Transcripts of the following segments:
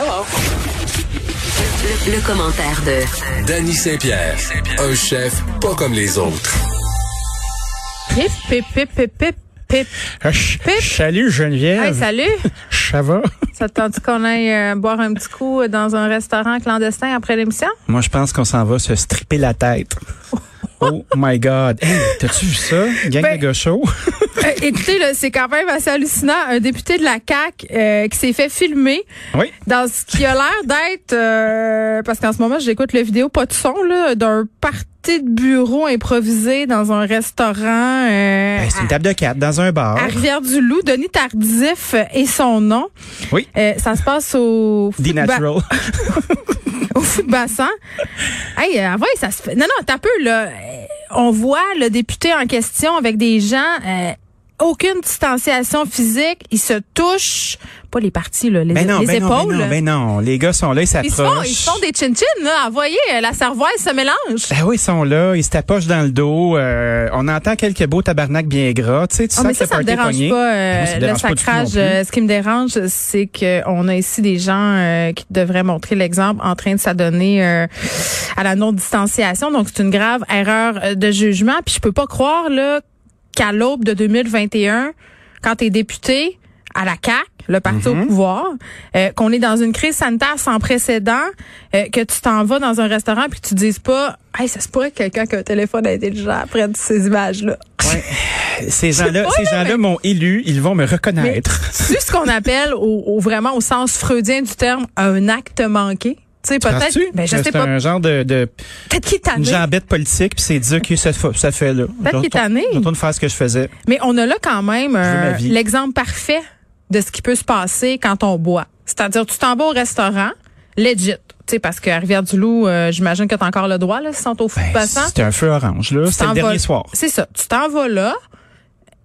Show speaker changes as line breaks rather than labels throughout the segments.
Le, le commentaire de
Danny Saint-Pierre, un chef pas comme les autres.
Pip, pip, pip, pip, pip, pip.
Ah, ch-
Pip.
Salut
Hey,
Geneviève.
salut!
Ça va?
Ça te tente qu'on aille euh, boire un petit coup dans un restaurant clandestin après l'émission?
Moi, je pense qu'on s'en va se stripper la tête. Oh my God. Hey, t'as-tu vu ça? Gang
Ben-
de gauchos.
Euh, écoutez, là, c'est quand même assez hallucinant. Un député de la CAQ euh, qui s'est fait filmer
Oui.
dans ce qui a l'air d'être... euh, parce qu'en ce moment, j'écoute la vidéo, pas de son, là, d'un party de bureau improvisé dans un restaurant euh,
Ben, c'est une table de quatre dans un bar.
à, à Rivière-du-Loup. Denis Tardif euh, et son nom.
Oui.
Euh, ça se passe au...
The
football-
Natural.
au foot bassin. Hey, euh, ouais, ça se fait. Non, non, t'as peu, là. Euh, On voit le député en question avec des gens, euh, aucune distanciation physique. Ils se touchent. Pas les parties, là, les,
Ben non,
les
ben non,
épaules.
ben non, ben non. Les gars sont là, ils
ils, se font,
s'approchent.
ils se font des chin-chin, là. Voyez, euh, la cervoise se mélange.
Ah oui, ils sont là, ils se tapochent dans le dos. euh, on entend quelques beaux tabarnak bien gras. Tu sais, tu
Ah,
sens
mais
que
ça,
le
ça me
party est
dérange
pogné.
pas. euh,
Moi, ça me
le
dérange pas du tout non
sacrage,
plus.
euh, ce qui me dérange, c'est qu'on a ici des gens euh, qui devraient montrer l'exemple en train de s'adonner euh, à la non-distanciation. Donc, c'est une grave erreur euh, de jugement. Puis, je peux pas croire là qu'à l'aube de 2021, quand tu es député à la CAQ, le parti
Mm-hmm.
au pouvoir, euh, qu'on est dans une crise sanitaire sans précédent, euh, que tu t'en vas dans un restaurant puis que tu dises pas « Hey, ça se pourrait que quelqu'un qui a un téléphone intelligent prenne ces images-là. »
Ces gens-là,
pas,
ces
là,
gens-là m'ont élu, ils vont me reconnaître.
C'est ce qu'on appelle au, au- vraiment au sens freudien du terme un acte manqué. Tu sais, peut-être.
Penses-tu
Ben, je
que
sais
c'est
pas.
un genre de, de
Peut-être qu'il est tanné.
une jambette politique, puis c'est dit, OK, ça, fa- ça fait là.
qu'il est tanné.
Je retourne faire ce que je faisais.
Mais on a là quand même
ma
euh,
vie.
l'exemple parfait de ce qui peut se passer quand on boit. C'est-à-dire, tu t'en vas au restaurant, legit. Tu sais, parce qu'à Rivière-du-Loup, euh, j'imagine que tu encore le droit, là, si sont au foot
Ben,
passant.
C'était un feu orange, là.
Tu
C'était
t'en
le
vas-
dernier soir.
C'est ça. Tu t'en vas là.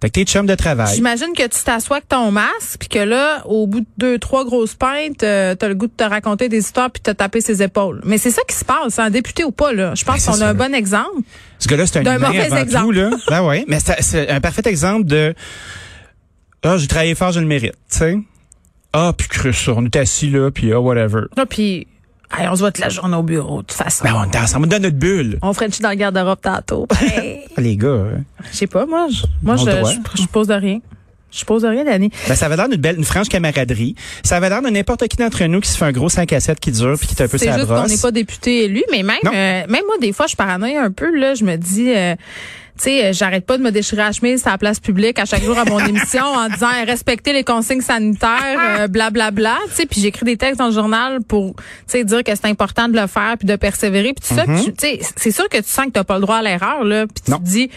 Fait que t'es chum de travail.
J'imagine que tu t'assois avec ton masque, puis que là, au bout de deux, trois grosses pintes, euh, t'as le goût de te raconter des histoires puis de te taper ses épaules. Mais c'est ça qui se passe, un député ou pas, là. Je pense
Ben,
qu'on
c'est
a un
sûr.
bon exemple.
Ce gars-là, c'est un
D'un
humain
mauvais
avant
exemple.
tout, là. Ben ouais. Mais c'est- c'est un parfait exemple de, ah, j'ai travaillé fort, je le mérite, tu sais. Ah, puis creux ça, on est assis là, puis ah, whatever.
Là, puis, hey, on se voit toute la journée au bureau, de toute façon.
Ben, on est ensemble, on est dans notre bulle.
On Frenchie dans le garde-robe tantôt. Hey,
Ah, Les gars, hein.
Je sais pas, moi, je, moi,
On
je,
doit.
je, je pose de rien. Je pose de rien, Dani.
ben, ça avait l'air d'une belle, une franche camaraderie. Ça avait l'air de n'importe qui d'entre nous qui se fait un gros 5 à 7 qui dure puis qui est un peu
C'est
sa
juste qu'on
brosse.
n'est pas député élu, mais même
Non.
euh, même moi des fois je paranoïe un peu là, je me dis euh, tu sais, euh, j'arrête pas de me déchirer la chemise à la place publique à chaque jour à mon émission en disant euh, respecter les consignes sanitaires,
Ah!
euh, blablabla. tu sais, puis j'écris des textes dans le journal pour tu sais dire que c'est important de le faire puis de persévérer puis tout ça. Puis tu- tu sais, c'est sûr que tu sens que t'as pas le droit à l'erreur là, puis tu
Mm-hmm. Non.
te dis.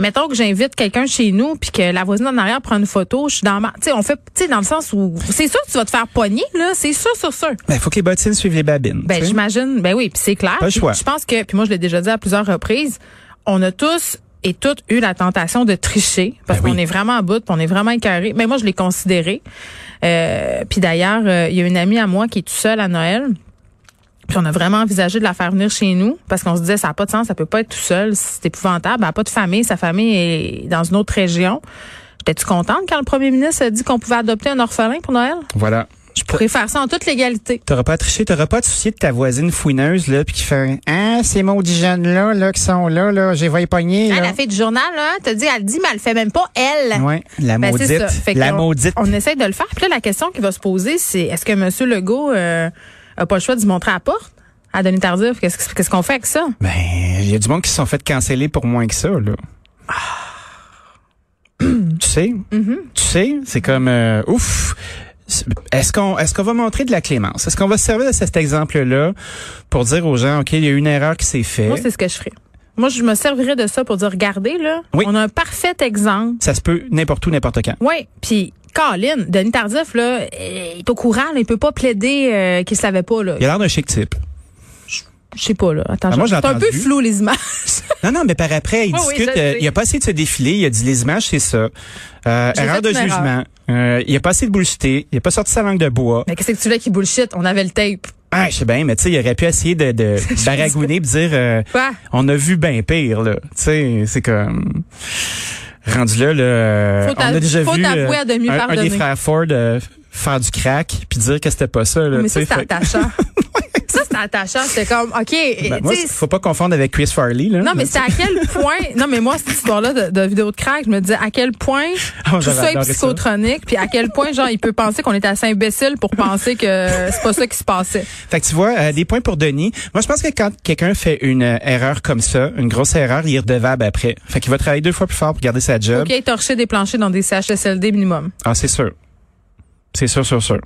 Mettons que j'invite quelqu'un chez nous puis que la voisine en arrière prend une photo, je suis dans ma, tu sais, on fait, tu sais, dans le sens où c'est sûr que tu vas te faire pogner là, c'est sûr, sûr, sûr.
Ben, faut que les bottines suivent les babines.
Ben,
tu sais.
j'imagine. Ben oui, puis c'est clair.
Pas le
Puis
choix.
Je pense que, puis moi, je l'ai déjà dit à plusieurs reprises, on a tous et toutes eu la tentation de tricher parce
Ben oui.
qu'on est vraiment à bout, puis on est vraiment écœuré. Mais moi, je l'ai considéré. Euh, puis d'ailleurs, euh, il y a une amie à moi qui est toute seule à Noël. Puis on a vraiment envisagé de la faire venir chez nous parce qu'on se disait ça n'a pas de sens, ça peut pas être tout seul, c'est épouvantable, elle n'a pas de famille, sa famille est dans une autre région. J'étais-tu contente quand le premier ministre a dit qu'on pouvait adopter un orphelin pour Noël?
Voilà.
Je pourrais faire ça en toute légalité.
T'auras pas à tricher, t'auras pas à te soucier de ta voisine fouineuse, là, puis qui fait Ah, ces maudits jeunes-là, là, qui sont là, là, j'ai voyé pogner,
Ah,
là.
la fille du journal, là, t'as dit, elle dit, mais elle fait même pas elle.
Ouais, la
Ben, c'est
maudite.
ça. Fait que
La
on,
maudite.
On essaie de le faire. Puis là, la question qui va se poser, c'est est-ce que M. Legault euh, a pas le choix de se montrer à la porte à Denis Tardif? Qu'est-ce qu'est-ce qu'on fait avec ça?
Ben, il y a du monde qui se sont fait canceller pour moins que ça, là.
Ah.
tu sais?
Mm-hmm.
Tu sais? C'est comme, euh, ouf! C'est- Est-ce qu'on est-ce qu'on va montrer de la clémence? Est-ce qu'on va se servir de cet exemple-là pour dire aux gens, OK, il y a eu une erreur qui s'est faite?
Moi, c'est ce que je ferais. Moi, je me servirais de ça pour dire, regardez, là,
Oui.
on a un parfait exemple.
ça se peut n'importe où, n'importe quand.
Oui, puis Colin, Denis Tardif, là, il est au courant, là, il peut pas plaider euh, qu'il savait pas, là.
Il a l'air d'un chic type.
Je sais pas, là. Attends,
Ah, moi,
je-
je l'ai
c'est un peu
entendu.
flou, les images.
Non, non, mais par après, il
Oui, oui,
discute.
je
euh,
sais.
il a pas essayé de se défiler. Il a dit les images, c'est ça. Euh,
J'ai
erreur
fait
de
une erreur.
jugement. Euh, il a pas essayé de bullshiter. Il a pas sorti sa langue de bois.
mais qu'est-ce que tu voulais qui bullshit? On avait le tape.
Ah, je sais bien, mais tu sais, il aurait pu essayer de, de baragouiner et dire euh,
Quoi?
on a vu bien pire, là. Tu sais, c'est comme. Rendu là, là, euh,
Faut
on
t'a-
a déjà
faut
vu euh,
t'avouer à demi
un, un
pardonner.
des frères Ford euh, faire du crack puis dire que c'était pas ça. Là,
mais
tu
ça,
sais,
c'est
fait-
attachant. ça, c'est attachant. C'était comme, OK,
Ben,
tu
moi,
sais,
faut pas confondre avec Chris Farley. Là,
Non, mais c'est à quel point. Non, mais moi, cette histoire-là de, de vidéo de crack, je me disais à quel point
Ah,
tout
j'avais
ça est
adoré ça.
psychotronique, puis à quel point, genre, il peut penser qu'on est assez imbécile pour penser que c'est pas ça qui se passait.
Fait que tu vois, euh, des points pour Denis. Moi, je pense que quand quelqu'un fait une euh, erreur comme ça, une grosse erreur, il est redevable après. Fait qu'il va travailler deux fois plus fort pour garder sa job.
OK, torcher des planchers dans des CHSLD minimum.
Ah, c'est sûr. C'est sûr, sûr, sûr.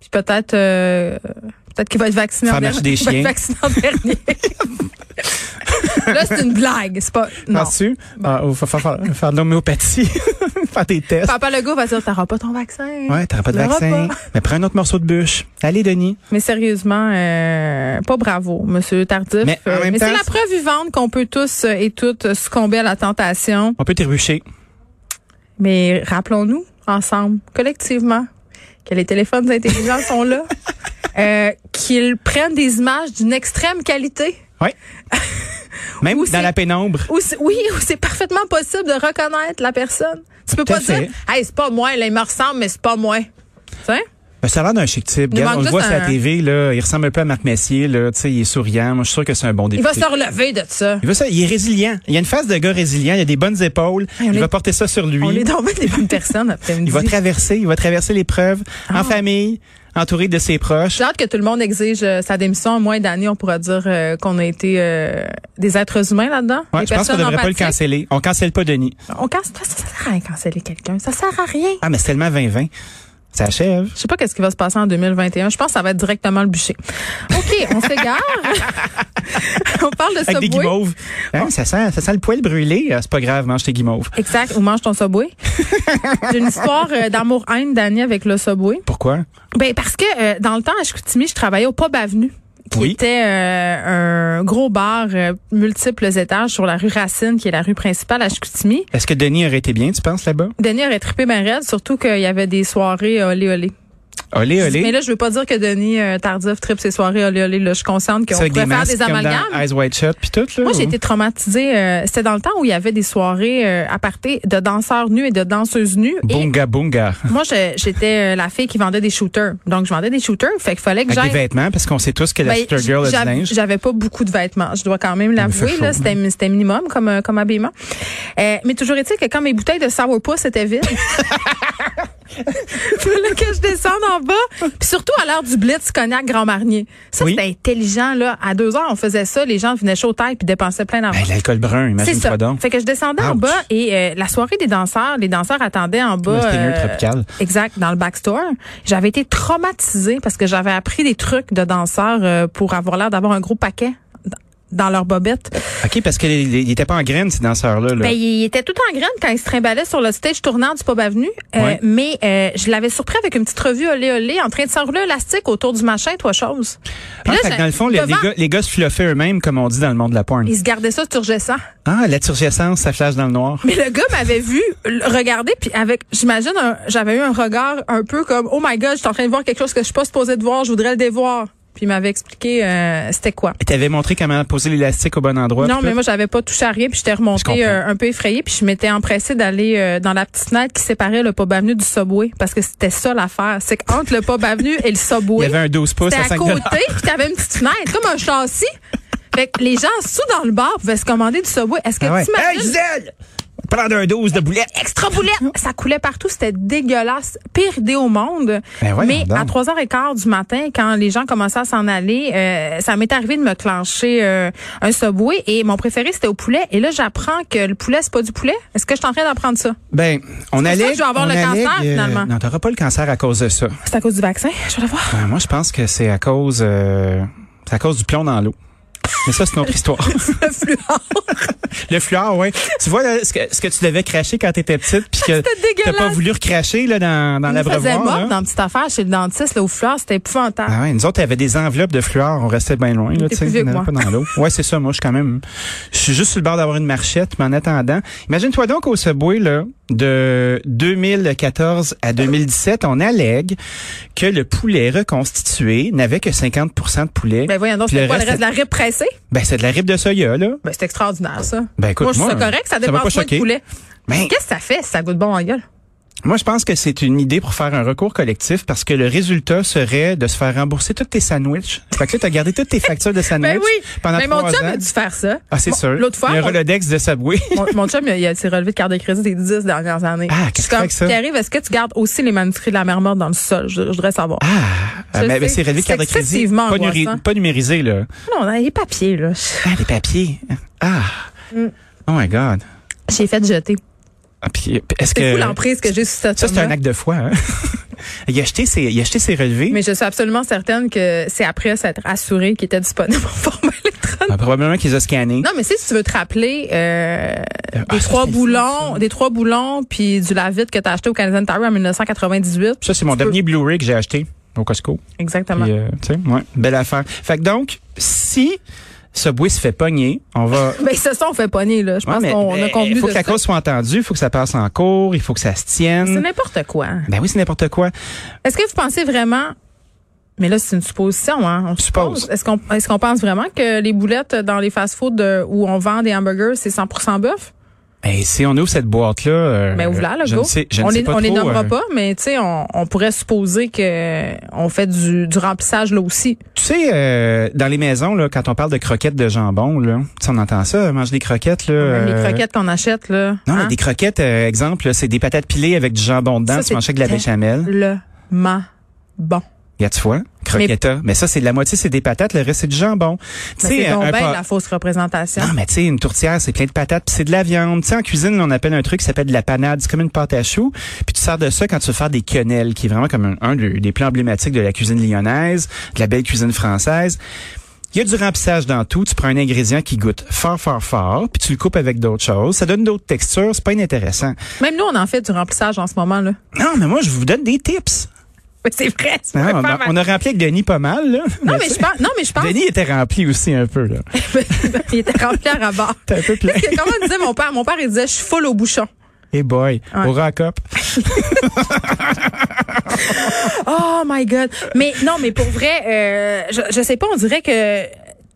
Puis peut-être. euh, Peut-être qu'il va être vacciné en
Faire
dernier.
marcher des
Il va être
chiens.
vacciné en dernier. Là, c'est une blague. C'est pas. Non.
Penses-tu? Ah, il faut faire, faire- faire de l'homéopathie, faire des tests.
Papa Legault va dire T'auras pas ton vaccin.
Ouais, t'auras pas de
T'auras
vaccin.
pas.
Mais prends un autre morceau de bûche. Allez, Denis.
Mais sérieusement, euh, pas bravo, Monsieur Tardif.
Mais en
Euh,
même
c'est
temps,
la
c'est-
preuve vivante qu'on peut tous euh, et toutes euh, succomber à la tentation.
On peut t'érucher.
Mais rappelons-nous, ensemble, collectivement, que les téléphones intelligents sont là, euh, qu'ils prennent des images d'une extrême qualité.
Ouais. Même
Ou c'est-
dans la pénombre.
Où c'est- oui, où c'est parfaitement possible de reconnaître la personne. Tu peux
Tout
pas
à fait.
dire, hey, c'est pas moi, là, il me ressemble, mais c'est pas moi. Tu sais?
Ben, ça a l'air d'un chic type.
Il
Regarde,
manque
on le voit
juste
sur la
un-
TV, là. Il ressemble un peu à Marc Messier, là. Tu sais, il est souriant. Moi, je suis sûr que c'est un bon
Il
député.
va se relever de ça.
Il veut ça, il est résilient. Il y a une phase de gars résilient, il a des bonnes épaules,
Hey, on
il
est-
va porter ça sur
On est
lui.
tombé des bonnes personnes après-midi.
Il va traverser, il va traverser l'épreuve en
Ah.
famille, entouré de ses proches.
J'ai hâte que tout le monde exige euh, sa démission. En moins d'années, on pourra dire euh, qu'on a été euh, des êtres humains là-dedans.
Ouais,
des
je pense qu'on
personnes
devrait pas le
empathiques.
canceller. On cancelle pas Denis.
On cancelle. Ça sert à rien canceller quelqu'un. Ça sert à rien.
Ah, mais c'est tellement 2020. Ça achève.
Je sais pas qu'est-ce qui va se passer en 2021. Je pense que ça va être directement le bûcher. OK, on s'égare. on parle de
Avec des
Subway.
guimauves.
Oh.
Hein, ça, sent, ça sent le poil brûlé. Ah, C'est pas grave, mange tes guimauves.
Exact. Ou mange ton Subway. J'ai une histoire euh, d'amour-haine d'année avec le Subway.
Pourquoi?
Ben parce que euh, dans le temps à Chicoutimi, je travaillais au Pub Avenue qui
Oui.
était euh, un gros bar euh, multiples étages sur la rue Racine qui est la rue principale à Chicoutimi.
Est-ce que Denis aurait été bien, tu penses, là-bas?
Denis aurait trippé ma raide, surtout qu'il y avait des soirées euh, olé olé.
Olé,
Mais
olé.
là, je veux pas dire que Denis euh, Tardif trippe ses soirées olé olé. Là, je suis consciente qu'on
C'est
pourrait
avec des
faire
masques
des
comme
amalgames.
dans Eyes Wide Shut puis tout, là.
Moi, j'ai
ou-
été traumatisée. euh, C'était dans le temps où il y avait des soirées euh, à partir de danseurs nus et de danseuses nues. Et
Bunga, bunga.
moi, je- j'étais euh, la fille qui vendait des shooters. Donc, je vendais des shooters. Fait qu'il fallait que
Avec
j'aille.
des vêtements, parce qu'on sait tous que la
Ben,
Shooter Girl a du
j'av-
linge.
J'avais pas beaucoup de vêtements. Je dois quand même
mais fait
l'avouer.
chaud.
là, C'était c'était minimum comme, euh, comme habillement. Euh, mais toujours est-il que quand mes bouteilles de sourpuss étaient vides, fallait que je descende en bas. Puis surtout à l'heure du blitz cognac Grand Marnier. Ça,
Oui.
c'était intelligent. là. À deux heures, on faisait ça. Les gens venaient chaud taille puis dépensaient plein d'argent.
Ben, l'alcool brun,
C'est ça.
imagine-toi donc.
Fait que je descendais en
Ouch.
bas et euh, la soirée des danseurs, les danseurs attendaient en bas. euh,
le sténure tropical.
Exact, dans le backstore. J'avais été traumatisée parce que j'avais appris des trucs de danseurs euh, pour avoir l'air d'avoir un gros paquet dans- dans leur bobette.
OK, parce qu'il était pas en graine, ces danseurs-là. là.
Ben, il était tout en graine quand il se trimballait sur le stage tournant du Pub Avenue. Euh,
Ouais.
Mais euh, je l'avais surpris avec une petite revue olé olé en train de s'enrouler un élastique autour du machin, toi chose. Puis
Ah,
là,
fait que
j'ai-
dans le fond, les, les
devant-
gars, les gars se fluffaient eux-mêmes, comme on dit dans le monde de la porn.
Ils se gardaient ça turgescent.
Ah, la turgescence, ça flash dans le noir.
Mais le gars m'avait vu le regarder puis avec j'imagine un- j'avais eu un regard un peu comme oh my god, je suis en train de voir quelque chose que je suis pas supposée de voir, je voudrais le dévoir. Puis il m'avait expliqué euh, c'était quoi.
Et t'avais montré comment poser l'élastique au bon endroit.
Non,
puis
mais
tout.
moi j'avais pas touché à rien, puis j'étais
Je
remontée
comprends.
euh, un peu effrayée, puis je m'étais empressée d'aller euh, dans la petite fenêtre qui séparait le pub avenue du Subway parce que c'était ça l'affaire, c'est qu'entre le pub avenue et le
Il
Subway,
y avait un 12 pouces
c'était
à 5
à côté, puis t'avais une petite fenêtre comme un châssis. Fait que les gens sous dans le bar pouvaient se commander du Subway. Est-ce que
Ah ouais.
tu imagines
Hey, Gisèle! Prendre un 12 de boulette.
extra boulette. Ça coulait partout, c'était dégueulasse. Pire idée au monde.
Ben voyons
Mais
donc.
à 3h15 du matin, quand les gens commençaient à s'en aller, euh, ça m'est arrivé de me clencher euh, un subway et mon préféré c'était au poulet. Et là, j'apprends que le poulet, c'est pas du poulet. Est-ce que je suis en train d'apprendre ça?
Ben, on
pour
allait.
ça que je vais avoir
on
le
allait, euh,
cancer, finalement.
Non, t'auras pas le cancer à cause de ça.
C'est à cause du vaccin? Je vais le voir.
Ben, moi, je pense que c'est à cause, euh, c'est à cause du plomb dans l'eau. Mais ça, c'est notre histoire.
Le fluor.
Le fluor, oui. Tu vois là, ce, que, ce que tu devais cracher quand t'étais petite, puis que
C'était
t'as pas
dégueulasse.
voulu recracher là dans, dans
On me faisait
l'abreuvoir.
mort
là.
dans petite affaire chez le dentiste, là, au fleur, c'était épouvantable.
Ah ouais, nous autres, il y avait des enveloppes de fluor, on restait bien loin, là,
T'es
tu sais,
plus vieux
on
que
n'allait
moi.
pas dans l'eau. Ouais, c'est ça, moi, je suis quand même, je suis juste sur le bord d'avoir une marchette, mais en attendant, imagine-toi donc au Subway, là, de 2014 à 2017, on allègue que le poulet reconstitué n'avait que 50% de poulet.
Ben voyons donc,
Puis
c'était quoi le
reste,
reste de la rib pressée?
Ben, c'est de la ribe de soya, là.
Ben c'est extraordinaire ça.
Ben, écoute,
moi je trouve ça
moi,
correct, ça
ça m'a pas
dépend moins
choqué.
de poulet.
Ben,
Qu'est-ce que ça fait si ça goûte bon en gueule?
Moi, je pense que c'est une idée pour faire un recours collectif parce que le résultat serait de se faire rembourser tous tes sandwichs. Fait que là, t'as gardé toutes tes factures de sandwich
Ben oui.
pendant
Mais mon
trois
chum
ans.
a dû faire ça.
Ah, c'est
Bon,
sûr.
L'autre fois,
Le
on-
Rolodex de Subway.
mon, mon chum, il a ses relevés de carte de crédit des 10 dernières années.
Ah,
Je suis
qu'est-ce que tu fais
comme,
avec ça?
Pierre-Yves, est-ce que tu gardes aussi les manuscrits de la mer morte dans le sol? Je, je voudrais savoir.
Ah,
Je
mais,
sais.
mais c'est relevé de carte de
C'est
crédit.
excessivement
Pas, nuri-
angoissant. Mm.
pas numérisé, là.
Non, on a les papiers, là.
Ah, les papiers. Ah.
Mm.
Oh my God.
J'ai fait jeter.
Ah, puis, est-ce
C'est
que.
fou l'emprise que j'ai sur cette
ça, c'est un
homme-là.
acte de foi, hein? il, a acheté ses, il a acheté ses relevés.
Mais je suis absolument certaine que c'est après s'être assuré qu'il était disponible en format électronique.
Ah, probablement qu'il les a scannés.
Non, mais si tu veux te rappeler euh,
ah,
des
ça,
trois
c'est
boulons, des trois boulons, puis du lavite que t'as acheté au Canadian Tower en 1998.
Ça, c'est mon
Tu peux-
dernier Blu-ray que j'ai acheté au Costco.
Exactement.
Puis, euh, tu sais, ouais, belle affaire. Fait que donc, si Subway se fait pogner, on va.
Mais ce son fait pogner, là. Je
euh, Ouais,
pense
mais-
qu'on a
mais
convenu
Il faut
de
que la
ça.
cause soit entendue, il faut que ça passe en cours, il faut que ça se
C'est
tienne.
n'importe quoi.
Ben oui, c'est n'importe quoi.
Est-ce que vous pensez vraiment mais là, c'est une supposition, hein? On
Suppose.
suppose. Est-ce qu'on est-ce qu'on pense vraiment que les boulettes dans les fast-foods euh, où on vend des hamburgers, c'est 100 bœuf?
Et Ben, si on ouvre cette boîte-là. euh,
Mais Ben, ouvre-la, là,
je
go.
ne sais- je ne
on
sais
les-
pas
on les
trop,
nommera
euh,
pas, mais tu sais, on, on pourrait supposer que on fait du, du remplissage là aussi.
Tu sais, euh, dans les maisons, là, quand on parle de croquettes de jambon, là, tu sais, on entend ça, mange des croquettes. Là,
Même
euh,
les croquettes qu'on achète, là.
Non, mais
hein,
des croquettes, euh, exemple, là, c'est des patates pilées avec du jambon dedans,
Ça,
tu
c'est
manges avec de la
très-
béchamel.
Le ma bon.
Y a-tu fois? Croquetta. Mais, ça, c'est de la moitié, c'est des patates, le reste, c'est du jambon. Tu
Mais
sais,
c'est donc
un
ben
pa-
la fausse représentation.
Non, mais tu sais, une tourtière, c'est plein de patates, puis c'est de la viande. Tu sais, en cuisine, on appelle un truc qui s'appelle de la panade. C'est comme une pâte à choux. Puis tu sers de ça quand tu veux faire des quenelles, qui est vraiment comme un, un de- des plats emblématiques de la cuisine lyonnaise, de la belle cuisine française. Il y a du remplissage dans tout. Tu prends un ingrédient qui goûte fort, fort, fort, puis tu le coupes avec d'autres choses. Ça donne d'autres textures. C'est pas inintéressant.
Même nous, on en fait du remplissage en ce moment, là.
Non, mais moi, je vous donne des tips.
Mais c'est vrai. c'est
Non,
pas
on, a,
mal.
on a rempli avec Denis pas mal, là.
Non, mais je pense, non, mais je pense,
Denis était rempli aussi un peu, là.
il était rempli à rabord.
T'es un peu plein.
Parce que Comment disait mon père? Mon père, il disait, je suis full au bouchon.
Hey boy,
Ouais.
au rock up.
Oh my God. Mais non, mais pour vrai, euh, je, je sais pas, on dirait que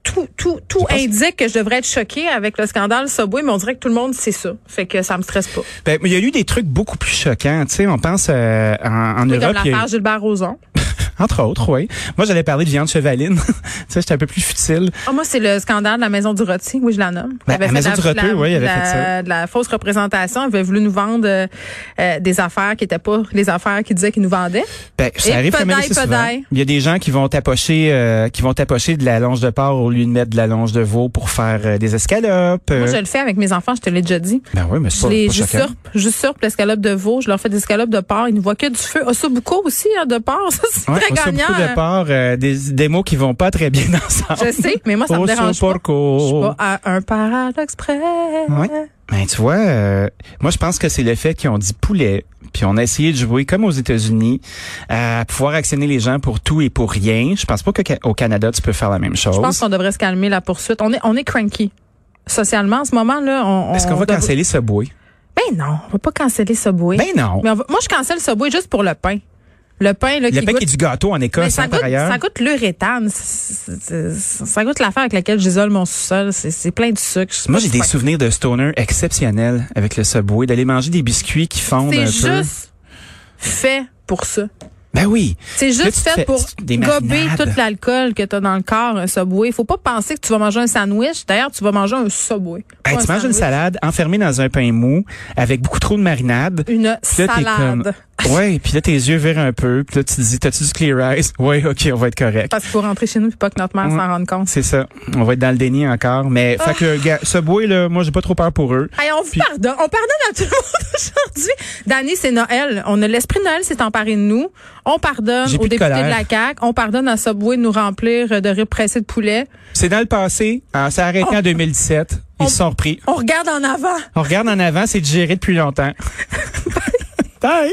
tout, tout, tout indique que je devrais être choquée avec le scandale Subway, mais on dirait que tout le monde sait ça. Fait que ça me stresse pas.
Ben, mais il y a eu des trucs beaucoup plus choquants. Tu sais, on pense euh, en, en
Oui,
Europe,
comme
il y a eu-
l'affaire Gilbert Rozon.
entre autres, oui. Moi, j'allais parler de viande chevaline. tu sais, j'étais un peu plus futile.
Ah, moi, c'est le scandale de la Maison du Rôti. Oui, je la nomme. Elle
Ben,
avait
la
fait
Maison
de
du Rôti,
de la-
oui, elle avait
de la-
fait ça.
De la fausse représentation. Elle avait voulu nous vendre euh, euh, des affaires qui étaient pas les affaires qu'ils disaient qu'ils nous vendaient.
Ben, ça
Et
arrive quand même
pedaille,
assez souvent.
pedaille.
Il y a des gens qui vont tapocher, euh, qui vont tapocher de la longe de porc au lieu de mettre de la longe de veau pour faire euh, des escalopes. euh.
Moi, je le fais avec mes enfants, je te l'ai déjà dit.
Ben oui, mais c'est
Je
pas,
les
pas choquant.
j'usurpe, j'usurpe l'escalope de veau, je leur fais des escalopes de porc, ils ne voient que du feu. Ossobuco aussi, hein, de porc, ça c'est
Ouais,
très
on sait
gagnant.
beaucoup de
hein.
porc, euh, des, des mots qui vont pas très bien ensemble.
Je sais, mais moi ça me
Osso
dérange pas. Je suis
porco.
pas à un paradoxe près.
Ouais. Ben, tu vois, euh, moi, je pense que c'est le fait qu'ils ont dit poulet, puis on a essayé de jouer, comme aux États-Unis, à pouvoir actionner les gens pour tout et pour rien. Je pense pas qu'au Canada, tu peux faire la même chose.
Je pense qu'on devrait se calmer la poursuite. On est on est cranky. Socialement, en ce moment là, on, on-
Est-ce qu'on
on
va
devrait-
canceller ce bois?
Ben non, on va pas canceller Subway.
Ben non.
Mais on va- moi je cancelle Subway juste pour le pain. Le pain là
Le
qui
pain
goûte
qui est du gâteau en
Mais
Écosse,
ça,
hein,
goûte,
par ailleurs.
ça goûte l'urétane. C'est- c'est- c'est- Ça goûte l'affaire avec laquelle j'isole mon sous-sol. C'est c'est plein de sucre. Je sais
Moi,
pas
j'ai
si
des
ça-
souvenirs de stoner exceptionnels avec le Subway, d'aller manger des biscuits qui fondent un
C'est
peu.
juste fait pour ça.
Ben oui.
C'est
Là, tu
juste
te fais
fait pour
des
gober
marinades.
tout l'alcool que t'as dans le corps, un Subway. Faut pas penser que tu vas manger un sandwich. D'ailleurs, tu vas manger un Subway. Pas
Hey, Ben, tu
un
manges une
sandwich.
salade enfermée dans un pain mou avec beaucoup trop de marinade.
Une
Puis là, t'es
salade.
comme, Ouais, puis là tes yeux virent un peu, puis là tu te dis t'as-tu du clear eyes Ouais, OK, on va être correct.
Parce qu'il faut rentrer chez nous puis pas que notre mère
Ouais.
s'en rende compte.
C'est ça. On va être dans le déni encore, mais fait que gars, Subway là, moi j'ai pas trop peur pour eux.
Hey, on vous
Puis-
pardonne. On pardonne à tout le monde aujourd'hui. Danny, c'est Noël. On a l'esprit de Noël s'est emparé de nous. On pardonne
J'ai
aux
plus de
députés de,
colère.
la CAQ. On pardonne à Subway de nous remplir euh, de riz pressé de poulet.
C'est dans le passé, hein, ça a arrêté en 2017, ils se sont repris.
On regarde en avant.
On regarde en avant, c'est digéré depuis longtemps. Bye.